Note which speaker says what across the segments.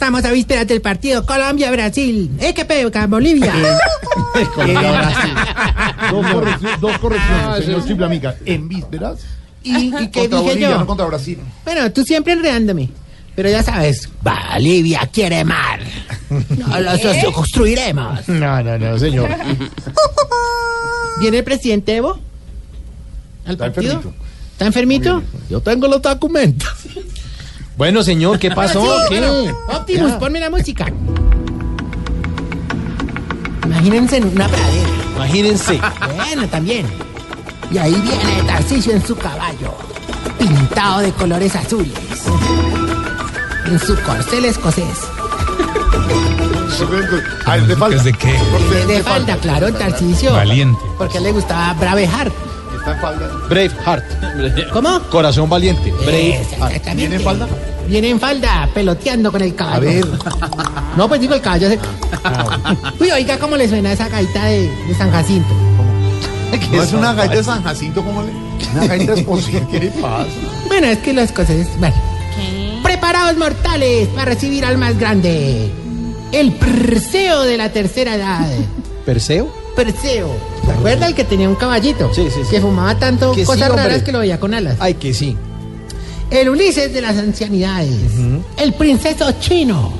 Speaker 1: Estamos a vísperas del partido Colombia-Brasil. Es que pega Bolivia.
Speaker 2: Dos, correcciones, dos correcciones, señor Chiflamica. En vísperas
Speaker 1: ¿Y, y qué
Speaker 2: contra
Speaker 1: dije
Speaker 2: Bolivia,
Speaker 1: yo?
Speaker 2: no contra Brasil.
Speaker 1: Bueno, tú siempre enredándome. Pero ya sabes, Bolivia quiere mar. Nosotros lo construiremos.
Speaker 2: ¿Eh? Ah, No, no, no, señor.
Speaker 1: ¿Viene el presidente Evo? ¿Al
Speaker 2: Está
Speaker 1: partido?
Speaker 2: enfermito.
Speaker 1: ¿Está enfermito?
Speaker 3: Yo tengo los documentos. Bueno, señor, ¿qué pasó?
Speaker 1: Sí,
Speaker 3: ¿Qué?
Speaker 1: bueno, Optimus, ponme la música. Imagínense en una pradera.
Speaker 3: Imagínense.
Speaker 1: Bueno, también. Y ahí viene Tarcisio en su caballo, pintado de colores azules. En su corcel escocés.
Speaker 2: Ah, ¿De falda?
Speaker 4: ¿Desde qué?
Speaker 1: De, de falda, claro, Tarcisio.
Speaker 4: Valiente.
Speaker 1: Porque le gustaba bravejar.
Speaker 2: Está en falda.
Speaker 3: Braveheart.
Speaker 1: ¿Cómo?
Speaker 3: Corazón valiente. Braveheart.
Speaker 1: Exactamente. ¿Viene en falda? Viene en falda, peloteando con el caballo.
Speaker 2: A ver.
Speaker 1: No, pues digo, el caballo se... Uy, oiga cómo le suena esa gaita de, de San Jacinto.
Speaker 2: ¿No es una gaita de San Jacinto? ¿Cómo le...? Una gaita escocesa. ¿Qué le pasa?
Speaker 1: Bueno, es que los escoceses... Bueno. Preparados mortales para recibir al más grande. El Perseo de la tercera edad.
Speaker 3: ¿Perseo?
Speaker 1: Perseo. ¿Se acuerda el que tenía un caballito?
Speaker 3: Sí, sí, sí.
Speaker 1: Que fumaba tanto
Speaker 3: Que sí,
Speaker 1: cosas
Speaker 3: hombre.
Speaker 1: raras que lo veía con alas.
Speaker 3: Ay, que sí.
Speaker 1: El Ulises de las ancianidades. El princeso chino.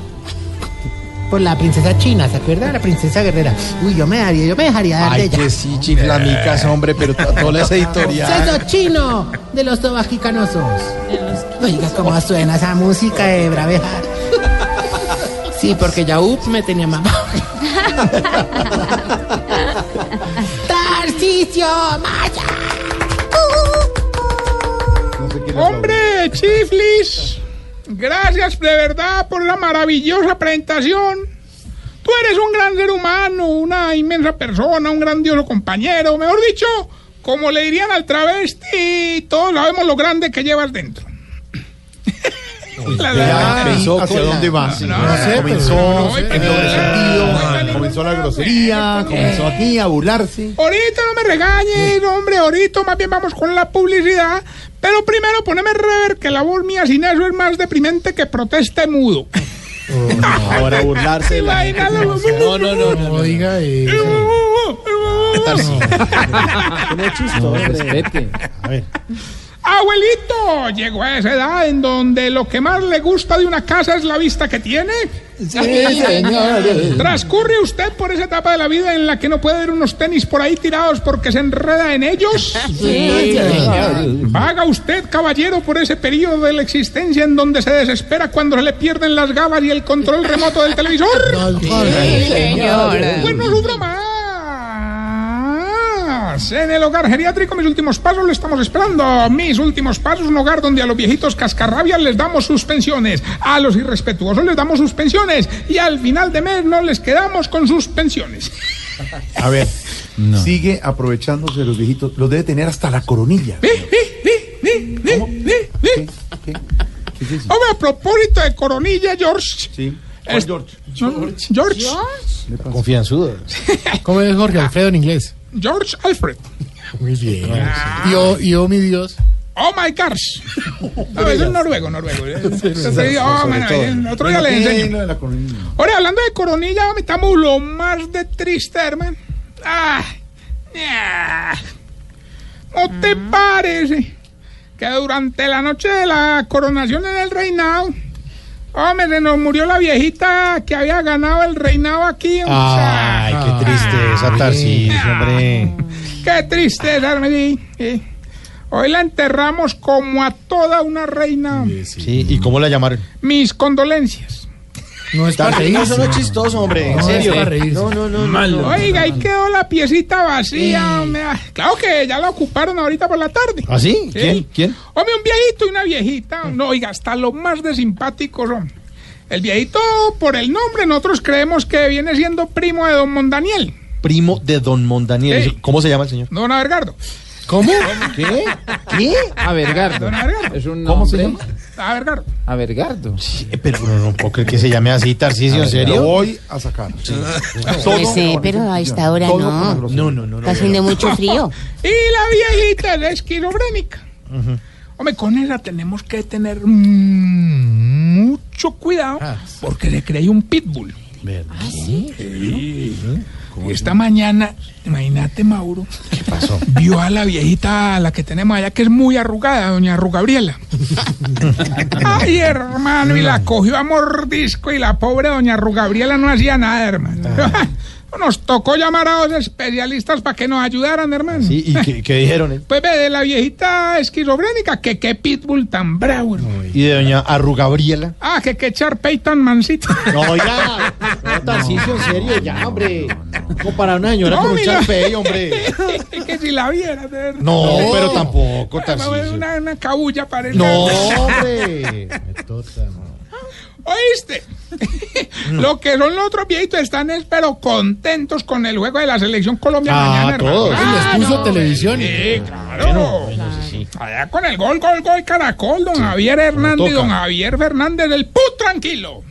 Speaker 1: Por la princesa china, ¿se acuerda? La princesa guerrera. Uy, yo me daría, yo me dejaría dar de
Speaker 3: Ay,
Speaker 1: ella.
Speaker 3: que sí, chiflamicas, hombre, pero to- todas las editoriales.
Speaker 1: Princeso chino de los tobajicanosos. Oiga, cómo suena esa música de bravejar. Sí, porque ya ups me tenía mamá. Tarcicio Maya.
Speaker 2: No sé qué le
Speaker 5: Hombre, chiflis, gracias de verdad por la maravillosa presentación. Tú eres un gran ser humano, una inmensa persona, un grandioso compañero. Mejor dicho, como le dirían al travesti, todos sabemos lo grande que llevas dentro. La- la-
Speaker 2: aplaude.
Speaker 3: Empezó
Speaker 2: ¿Hacia
Speaker 3: con-
Speaker 2: dónde va?
Speaker 5: no, no sé,
Speaker 2: comenzó
Speaker 5: pero-
Speaker 2: en doble sentido,
Speaker 5: Ay,
Speaker 2: comenzó la
Speaker 5: no,
Speaker 2: grosería, comenzó aquí a burlarse.
Speaker 5: Ahorita no me regañes, hombre, ahorita más bien vamos con la publicidad. Pero primero poneme rever que la voz mía sin eso es más deprimente que proteste mudo.
Speaker 3: Ahora burlarse. de la gente.
Speaker 5: Imagínalo.
Speaker 3: No, no, no. no, no.
Speaker 2: diga eh,
Speaker 5: Abuelito, llegó a esa edad en donde lo que más le gusta de una casa es la vista que tiene. ¿Transcurre usted por esa etapa de la vida en la que no puede ver unos tenis por ahí tirados porque se enreda en ellos? Vaga usted, caballero, por ese periodo de la existencia en donde se desespera cuando se le pierden las gabas y el control remoto del televisor. Pues no sufra más. En el hogar geriátrico, mis últimos pasos lo estamos esperando. Mis últimos pasos, un hogar donde a los viejitos cascarrabias les damos suspensiones, a los irrespetuosos les damos suspensiones y al final de mes no les quedamos con suspensiones.
Speaker 2: A ver, sigue aprovechándose de los viejitos. Los debe tener hasta la coronilla. ¿Qué? ¿Qué? ¿Qué es eso?
Speaker 5: Hombre, a propósito de coronilla, George.
Speaker 2: Sí.
Speaker 5: Es-
Speaker 2: George.
Speaker 5: George. George.
Speaker 3: Confianzudo.
Speaker 1: ¿Cómo es
Speaker 2: Ah.
Speaker 1: Jorge Alfredo en inglés?
Speaker 5: George Alfred.
Speaker 1: Muy bien. Yo, yo, mi Dios.
Speaker 5: Oh my gosh. No, es un noruego, noruego. Eh, Oh, man, Otro
Speaker 2: Bueno,
Speaker 5: día les enseño.
Speaker 2: tiene lo de la coronilla.
Speaker 5: Ahora, hablando de coronilla, estamos lo más de triste, hermano. Ah, ah. ¿No te parece que durante la noche de la coronación en el reinado, hombre, se nos murió la viejita que había ganado el reinado aquí? hombre?
Speaker 3: Ay, qué tristeza, Tarcísio, hombre.
Speaker 5: Qué tristeza, hermano. sí, sí. Hoy la enterramos como a toda una reina. hombre.
Speaker 3: Sí, ¿y cómo la llamaron?
Speaker 5: Mis condolencias.
Speaker 3: No es para reírse. Eso no es chistoso, hombre. En serio.
Speaker 4: para reírse.
Speaker 3: No, no, no. no.
Speaker 5: Oiga, ahí quedó la piecita vacía. hombre. Ah, Claro que ya la ocuparon ahorita por la tarde.
Speaker 3: ¿Ah, sí? ¿Quién? ¿Quiquién?
Speaker 5: Hombre, un viejito y una viejita.
Speaker 4: Ah.
Speaker 5: No, oiga, hasta los más de simpáticos son. El viejito, por el nombre, nosotros creemos que viene siendo primo de don Mondaniel,
Speaker 3: Primo de don Mondaniel.
Speaker 5: Sí.
Speaker 3: ¿Cómo se llama el señor?
Speaker 5: don Avergardo.
Speaker 4: ¿Cómo? ¿Qué? ¿Qué? Avergardo.
Speaker 5: Don Avergardo.
Speaker 4: Es un ¿Cómo se llama?
Speaker 5: Avergardo.
Speaker 4: Avergardo.
Speaker 3: pero no, no puedo creer que se llame así, Tarcisio, ¿en
Speaker 2: Lo
Speaker 3: serio? Ah,
Speaker 2: voy a sacar. Todo
Speaker 6: sé,
Speaker 2: con
Speaker 6: Pues pero a esta hora
Speaker 2: Todo con la
Speaker 6: no.
Speaker 2: grosería.
Speaker 3: No, no, no. no.
Speaker 6: Está haciendo mucho frío.
Speaker 5: Y la viejita es esquizofrénica. Hombre, con ella tenemos que tener mm, mucho cuidado porque le creí un pitbull. ¿Ah, sí? Esta mañana, imagínate, Mauro. ¿Qué pasó? Vio a la viejita, a la que tenemos allá, que es muy arrugada, doña Rugabriela. Ay, hermano, y la cogió a mordisco y la pobre doña Rugabriela no hacía nada, hermano. Nos tocó llamar a dos especialistas para que nos ayudaran, hermano.
Speaker 3: Sí, ¿y qué, qué dijeron? eh?
Speaker 5: Pues ve de la viejita esquizofrénica, que qué pitbull tan bravo. hermano.
Speaker 3: ¿Y de doña Arrugabriela?
Speaker 5: Ah, que qué Charpey tan mansito.
Speaker 3: No, oiga, no, Tarcicio, en serio, ya, hombre. Como para una señora
Speaker 5: No,
Speaker 3: con un
Speaker 5: mira.
Speaker 3: charpey, hombre.
Speaker 5: Es que si la viera, de verdad.
Speaker 3: No, pero tampoco,
Speaker 5: Una-
Speaker 3: Tarcicio.
Speaker 5: Una, una cabulla parece.
Speaker 3: No, hombre. Ah,
Speaker 5: ¿Oíste? Lo que son los otros viejitos están, es, pero contentos con el juego de la selección Colombia
Speaker 3: Ah,
Speaker 5: mañana. hermano.
Speaker 3: todos. Sí, les
Speaker 4: Puso televisión.
Speaker 5: Sí, claro. Allá con el gol, gol, gol, caracol, don Javier Hernández y don
Speaker 3: toca.
Speaker 5: Javier Fernández del PUT tranquilo.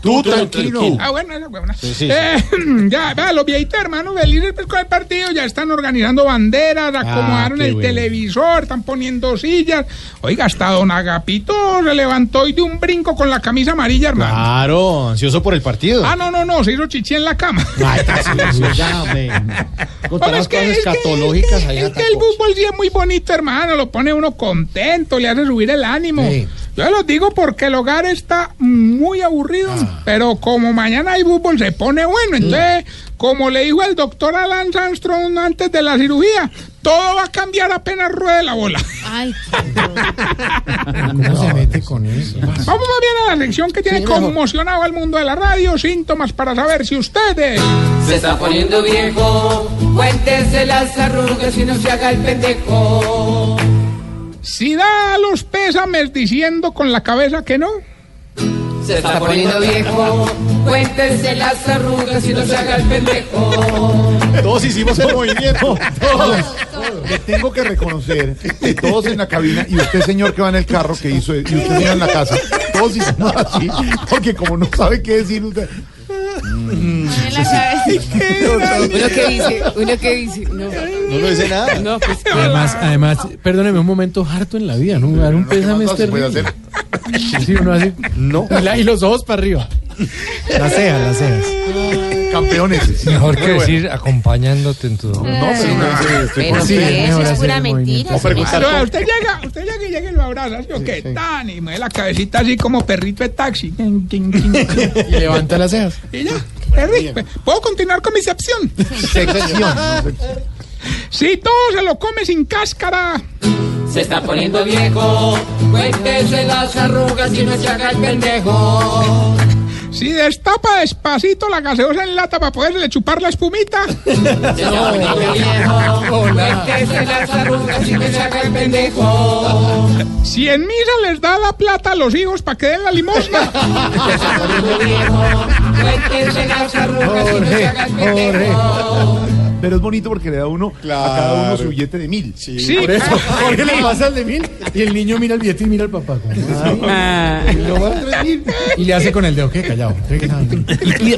Speaker 3: Tú tranquilo.
Speaker 5: Ah, bueno, esa huevona.
Speaker 3: sí, sí.
Speaker 5: Eh, ya, vea, los viejitos hermanos felices pues, con el partido, ya están organizando banderas, acomodaron
Speaker 3: Ah, qué
Speaker 5: el
Speaker 3: bueno.
Speaker 5: televisor, están poniendo sillas. Oiga, hasta don Agapito se levantó y de un brinco con la camisa amarilla, hermano.
Speaker 3: Claro, ansioso por el partido.
Speaker 5: Ah, no, no, no, se hizo chichi en la cama.
Speaker 3: Ay, Tarcicio, ya, hombre. Con todas
Speaker 5: Hombre,
Speaker 3: las Pues cosas
Speaker 5: es que-
Speaker 3: escatológicas
Speaker 5: es que-
Speaker 3: ahí.
Speaker 5: es que el fútbol sí es muy bonito, hermano. Lo pone uno contento, le hace subir el ánimo.
Speaker 3: Sí.
Speaker 5: Yo lo digo porque el hogar está muy aburrido.
Speaker 3: Ah.
Speaker 5: Pero como mañana hay fútbol, se pone bueno. Entonces, como le dijo el doctor Alan Armstrong antes de la cirugía, todo va a cambiar apenas ruede la bola.
Speaker 7: Ay,
Speaker 4: ¿Cómo se mete con eso?
Speaker 5: Vamos más bien a la sección que tiene conmocionado al mundo de la radio. Síntomas para saber si ustedes.
Speaker 8: Se está poniendo viejo, cuéntese las arrugas y no se haga el pendejo.
Speaker 5: Si da los pésames diciendo con la cabeza que no.
Speaker 8: Se está poniendo viejo, cuéntese las arrugas y no se haga el pendejo.
Speaker 3: Todos hicimos el movimiento.
Speaker 2: Le tengo que reconocer que todos en la cabina y usted, señor, que va en el carro que hizo y usted mira en la casa, todos hicimos así, porque como no sabe qué decir usted.
Speaker 7: en la cabeza.
Speaker 8: Uno que dice, uno que dice, no,
Speaker 3: No lo dice nada.
Speaker 8: no, pues
Speaker 4: Además, además, perdóneme, un momento harto en la vida, ¿no? Dar un pésame es
Speaker 2: ¿Qué más
Speaker 4: terrible.
Speaker 2: se puede hacer?
Speaker 4: Sí, uno así. No. Y, la- y los ojos para arriba. Las cejas, las cejas.
Speaker 2: Campeones.
Speaker 4: Mejor que decir acompañándote en tu.
Speaker 2: No, pero este, no, sí, estoy
Speaker 6: Pero
Speaker 2: con-
Speaker 4: sí,
Speaker 6: que eso
Speaker 4: mejor
Speaker 6: es
Speaker 4: hacer
Speaker 6: pura
Speaker 4: el
Speaker 6: mentira.
Speaker 4: movimiento.
Speaker 6: eso es
Speaker 5: Ah, no, usted llega, usted llega y llega y lo abraza, ¿sí o qué? Tan, y mueve la cabecita así como perrito de taxi. Tin, tin, tin, tin.
Speaker 4: Y levanta las cejas.
Speaker 5: y ya, es rico. ¿Puedo continuar con mi sección?
Speaker 2: Sección. no sé.
Speaker 5: Si todo se lo come sin cáscara.
Speaker 8: se está poniendo viejo, cuéntese las arrugas y no se haga el pendejo.
Speaker 5: Si destapa despacito la gaseosa en lata para poderle chupar la espumita.
Speaker 8: Se está poniendo viejo, cuéntese las arrugas y no se haga el pendejo.
Speaker 5: Si en misa les da la plata a los hijos para que den la limosna.
Speaker 8: Poniendo viejo, cuéntese las arrugas y no se haga el pendejo.
Speaker 2: Pero es bonito porque le da uno a cada uno su billete de mil.
Speaker 5: Sí,
Speaker 4: Por eso,
Speaker 5: claro.
Speaker 4: Jorge le pasa el de mil y el niño mira el billete y mira al papá. como, "Ay". Y lo va a tres mil. Y le hace con el dedo, que callado.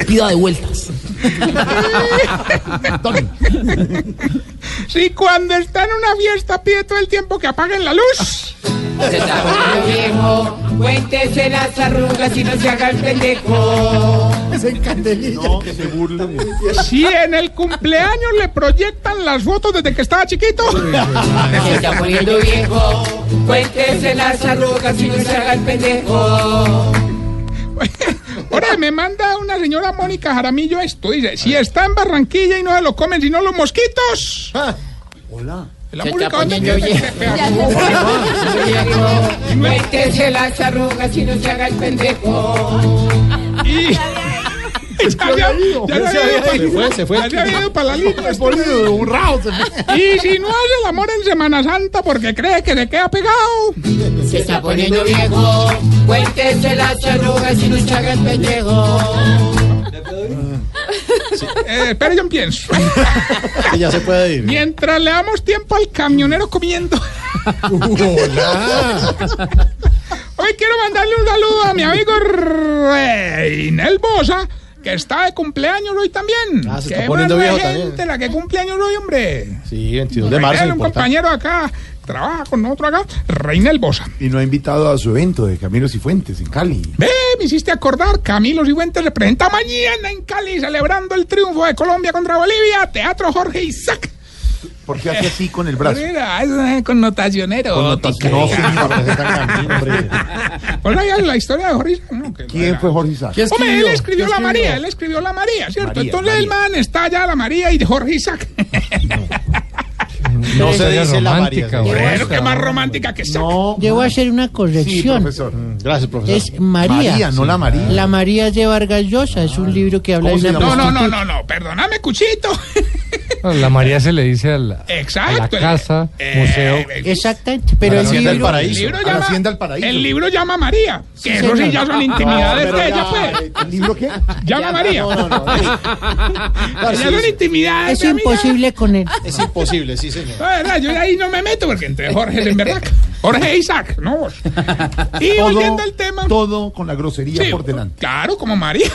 Speaker 6: Pida de vueltas.
Speaker 5: si cuando está en una fiesta pide todo el tiempo que apaguen la luz.
Speaker 8: Se está poniendo viejo, cuéntese las arrugas y no se haga el pendejo.
Speaker 2: No, que se burlan.
Speaker 5: Si en el cumpleaños le proyectan las fotos desde que estaba chiquito.
Speaker 8: Se está poniendo viejo, cuéntese las arrugas y no se haga el pendejo.
Speaker 5: Ahora me manda una señora Mónica Jaramillo esto. Dice, si está en Barranquilla y no se lo comen, sino los mosquitos. Hola. La Mónica, ¿dónde te- te- te- te-
Speaker 8: Cuéntese las arrugas y no se haga el pendejo.
Speaker 5: Y. Ya había- ya
Speaker 4: Ya se
Speaker 5: había ido
Speaker 4: había ido. Se fue, se fue.
Speaker 5: Ya se había ido para la línea.
Speaker 4: Se fue, se fue, un rao, se fue.
Speaker 5: Y si no hace el amor en Semana Santa porque cree que le queda pegado.
Speaker 8: Se está poniendo viejo, cuéntese las arrugas y no se haga el pendejo.
Speaker 5: Eh, espere, yo pienso.
Speaker 4: Y ya se puede ir.
Speaker 5: Mientras le damos tiempo al camionero comiendo.
Speaker 4: Hola.
Speaker 5: Hoy quiero mandarle un saludo a mi amigo Reinel Bosa, que está de cumpleaños hoy también.
Speaker 4: Ah, se
Speaker 5: Qué
Speaker 4: está poniendo
Speaker 5: mala
Speaker 4: viejo
Speaker 5: gente
Speaker 4: también.
Speaker 5: la que cumpleaños hoy, hombre.
Speaker 4: Sí, 22 de marzo.
Speaker 5: Reinel, un
Speaker 4: importante.
Speaker 5: compañero acá, trabaja con nosotros acá, Reinel Bosa.
Speaker 2: Y no ha invitado a su evento de Caminos y Fuentes en Cali.
Speaker 5: Ve, me hiciste acordar, Camilo Cifuentes se presenta mañana en Cali celebrando el triunfo de Colombia contra Bolivia, Teatro Jorge Isaac.
Speaker 2: ¿Por qué hace así con el brazo?
Speaker 5: Mira, es eh, connotación erótica.
Speaker 2: No, sí, para que tenga camino, hombre.
Speaker 5: ¿Vos sabías la historia de Jorge Isaac? No, que-
Speaker 2: ¿Quién fue Jorge Isaac?
Speaker 4: ¿Quién
Speaker 5: Hombre, él
Speaker 4: escribió?
Speaker 5: escribió
Speaker 4: ¿Quién
Speaker 5: la María, él escribió la María, ¿cierto?
Speaker 2: María,
Speaker 5: Entonces el man está allá la María y Jorge Isaac.
Speaker 4: No se dice la
Speaker 3: romántica,
Speaker 4: María.
Speaker 3: güey.
Speaker 5: Pero qué más romántica que sea.
Speaker 2: No.
Speaker 1: Debo hacer una
Speaker 2: Sí,
Speaker 1: corrección.
Speaker 2: profesor.
Speaker 4: Gracias, profesor.
Speaker 1: es María.
Speaker 2: María, no la María.
Speaker 1: La María es de Vargas Llosa. Es un libro que habla de
Speaker 2: ¿Cómo se
Speaker 1: una
Speaker 2: llama?
Speaker 5: No, no, no, no, no, perdóname, Cuchito.
Speaker 3: La María se le dice a la,
Speaker 5: Exacto.
Speaker 3: a la casa,
Speaker 5: Eh,
Speaker 3: museo.
Speaker 5: eh,
Speaker 1: Exactamente, pero
Speaker 4: la
Speaker 1: el
Speaker 4: Hacienda del
Speaker 1: libro,
Speaker 4: Paraíso.
Speaker 5: El libro,
Speaker 2: A la
Speaker 5: llama,
Speaker 2: Hacienda del Paraíso.
Speaker 5: el libro llama a María. Que eso sí
Speaker 1: señor.
Speaker 5: ya son intimidades de ella, pues.
Speaker 2: ¿El libro qué?
Speaker 5: Llama a María. ya son intimidades
Speaker 1: es
Speaker 5: de amiga.
Speaker 1: imposible con él.
Speaker 4: Es imposible, sí, señor.
Speaker 5: La verdad, yo ahí no me meto porque entre Jorge en verdad. Jorge e Isaac, no vos. Y volviendo al tema.
Speaker 2: todo con la grosería
Speaker 5: Sí,
Speaker 2: por delante.
Speaker 5: Claro, como María.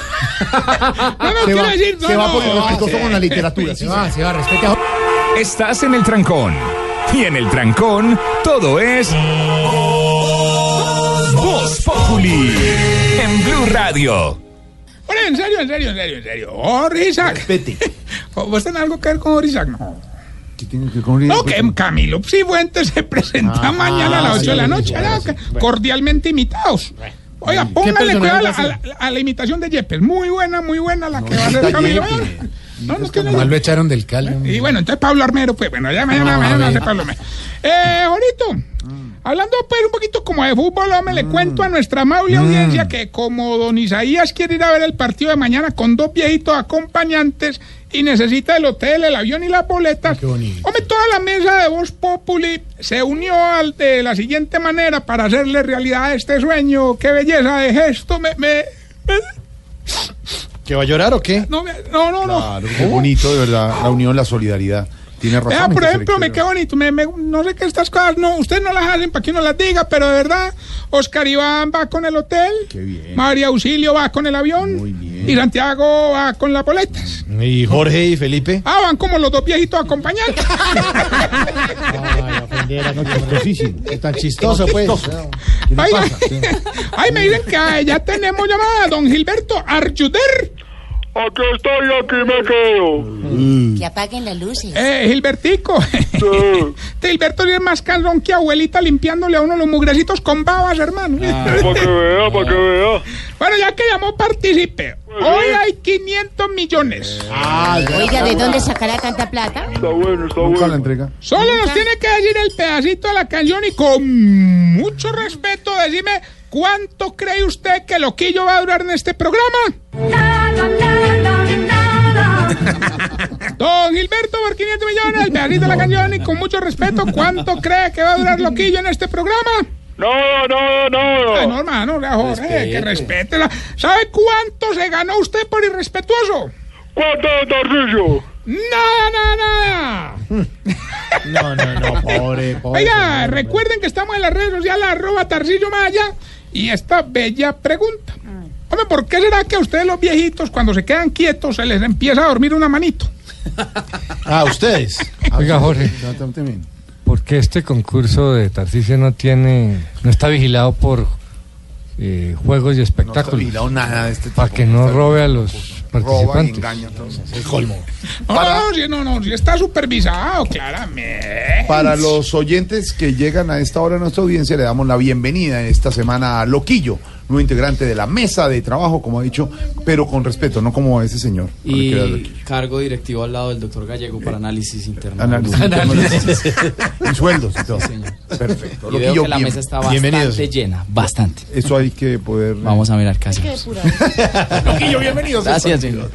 Speaker 5: no, no,
Speaker 2: Se
Speaker 5: quiero
Speaker 2: va,
Speaker 5: decir, no,
Speaker 2: se va
Speaker 5: no,
Speaker 2: por lo chistoso
Speaker 5: sí.
Speaker 2: con la literatura. sí, señor.
Speaker 3: se va, respeta.
Speaker 9: Estás en el trancón. Y en el trancón, todo es. Voz Populi. En Blue Radio.
Speaker 5: Bueno, en serio, en serio, en serio, en serio. Jorge e Isaac.
Speaker 2: Vete.
Speaker 5: ¿Vos tenés algo que ver con Jorge e Isaac? No.
Speaker 2: ¿Qué tiene que con-
Speaker 5: No, que Camilo Cifuentes se presenta
Speaker 2: Ah,
Speaker 5: mañana a las
Speaker 2: sí,
Speaker 5: 8 de la
Speaker 2: sí,
Speaker 5: noche.
Speaker 2: bueno,
Speaker 5: ¿no?
Speaker 2: sí,
Speaker 5: Que- Cordialmente invitados. Oiga, póngale
Speaker 4: personaje
Speaker 5: cuidado a la,
Speaker 4: hace?
Speaker 5: a la- a la imitación de Yepes. Muy buena, muy buena la que va a
Speaker 2: está
Speaker 5: hacer Camilo.
Speaker 2: Yepes.
Speaker 5: Oiga, No, no, es que no-
Speaker 4: Mal lo echaron del Cali. hombre.
Speaker 5: Y bueno, entonces Pablo Armero, pues bueno, ya mañana,
Speaker 4: No,
Speaker 5: mañana
Speaker 4: Ah, a ver. Mm.
Speaker 5: hace Pablo Armero. Eh, Jorito, hablando pues un poquito como de fútbol, hombre, le cuento a nuestra amable
Speaker 4: Mm.
Speaker 5: audiencia que como don Isaías quiere ir a ver el partido de mañana con dos viejitos acompañantes y necesita el hotel, el avión y las boletas,
Speaker 4: Ah, qué bonito.
Speaker 5: hombre, toda la mesa de Voz Populi se unió al de la siguiente manera para hacerle realidad este sueño. ¡Qué belleza de gesto! Me, me, me-
Speaker 4: ¿Que va a llorar o qué?
Speaker 5: no, me- no, no, no.
Speaker 2: Claro, qué bonito, de verdad, la unión, la solidaridad. Tiene razón.
Speaker 5: Vea,
Speaker 2: hay
Speaker 5: por
Speaker 2: que
Speaker 5: ejemplo,
Speaker 2: ser
Speaker 5: me queda bonito. me- me- no sé qué estas cosas, no, ustedes no las hacen para que uno las diga, pero de verdad, Oscar Iván va con el hotel.
Speaker 2: Qué bien.
Speaker 5: María Auxilio va con el avión.
Speaker 2: Muy bien.
Speaker 5: Y Santiago va con las boletas.
Speaker 4: Y Jorge y Felipe.
Speaker 5: Ah, van como los dos viejitos acompañando.
Speaker 4: Ay, aprender a chistosísimo. Es tan chistoso, pues.
Speaker 5: Ay, ay, me dicen que ah, ya tenemos llamada. Don Gilberto Archuder.
Speaker 10: Aquí estoy, aquí me quedo.
Speaker 6: Que apaguen las luces.
Speaker 5: Eh, Gilbertico. Gilberto sí es más cansón que abuelita limpiándole a uno los mugrecitos con babas, hermano.
Speaker 10: Para que
Speaker 2: Ah.
Speaker 10: vea, para que vea.
Speaker 5: Bueno, ya que llamó, participe. Hoy hay 500 millones.
Speaker 6: Oiga, ¿de dónde sacará tanta plata?
Speaker 10: Está bueno, está
Speaker 2: Nunca
Speaker 10: bueno.
Speaker 2: la entrega.
Speaker 5: Solo nos tiene que decir el pedacito de la canción y con mucho respeto decime cuánto cree usted que Loquillo va a durar en este programa. Don Gilberto por 500 millones, el pedacito de la canción y con mucho respeto cuánto cree que va a durar Loquillo en este programa.
Speaker 10: No, no,
Speaker 5: Ay,
Speaker 10: no,
Speaker 5: no,
Speaker 10: no.
Speaker 5: hermano, vea, Jorge, que respete. la- ¿Sabe cuánto se ganó usted por irrespetuoso?
Speaker 10: ¿Cuánto es Tarcillo?
Speaker 5: Nada, nada, nada.
Speaker 4: No, no, no, pobre, pobre.
Speaker 5: Oiga, recuerden que estamos en las redes sociales, arroba Tarcillo Maya, y esta bella pregunta. Hombre, ¿por qué será que a ustedes los viejitos, cuando se quedan quietos, se les empieza a dormir una manito?
Speaker 4: Ah, ustedes.
Speaker 3: Oiga, Jorge,
Speaker 2: Exactamente.
Speaker 3: ¿por qué este concurso de Tarcisio no tiene, no está vigilado por eh, juegos y
Speaker 2: No está
Speaker 3: espectáculos?
Speaker 2: vigilado nada de este tipo.
Speaker 3: para que no robe a los
Speaker 2: Roba y
Speaker 3: participantes.
Speaker 2: engaña. entonces.
Speaker 4: El colmo.
Speaker 5: No,
Speaker 2: Para-
Speaker 5: no, sí, no, no, sí está supervisado, claramente.
Speaker 2: Para los oyentes que llegan a esta hora a nuestra audiencia, le damos la bienvenida en esta semana a Loquillo, nuevo integrante de la mesa de trabajo, como ha dicho, pero con respeto, no como ese señor. Ah,
Speaker 11: Y cargo directivo al lado del doctor Gallego para análisis interno.
Speaker 2: Análisis. Y sueldos y todo. Perfecto.
Speaker 1: Y
Speaker 2: Lo que
Speaker 1: veo
Speaker 2: yo
Speaker 1: que la
Speaker 2: bien-
Speaker 1: mesa está bastante
Speaker 2: bienvenidos.
Speaker 1: llena, bastante.
Speaker 2: Eso hay que poder.
Speaker 1: Vamos a mirar casi.
Speaker 2: Loquillo, bienvenidos.
Speaker 1: Gracias, señor.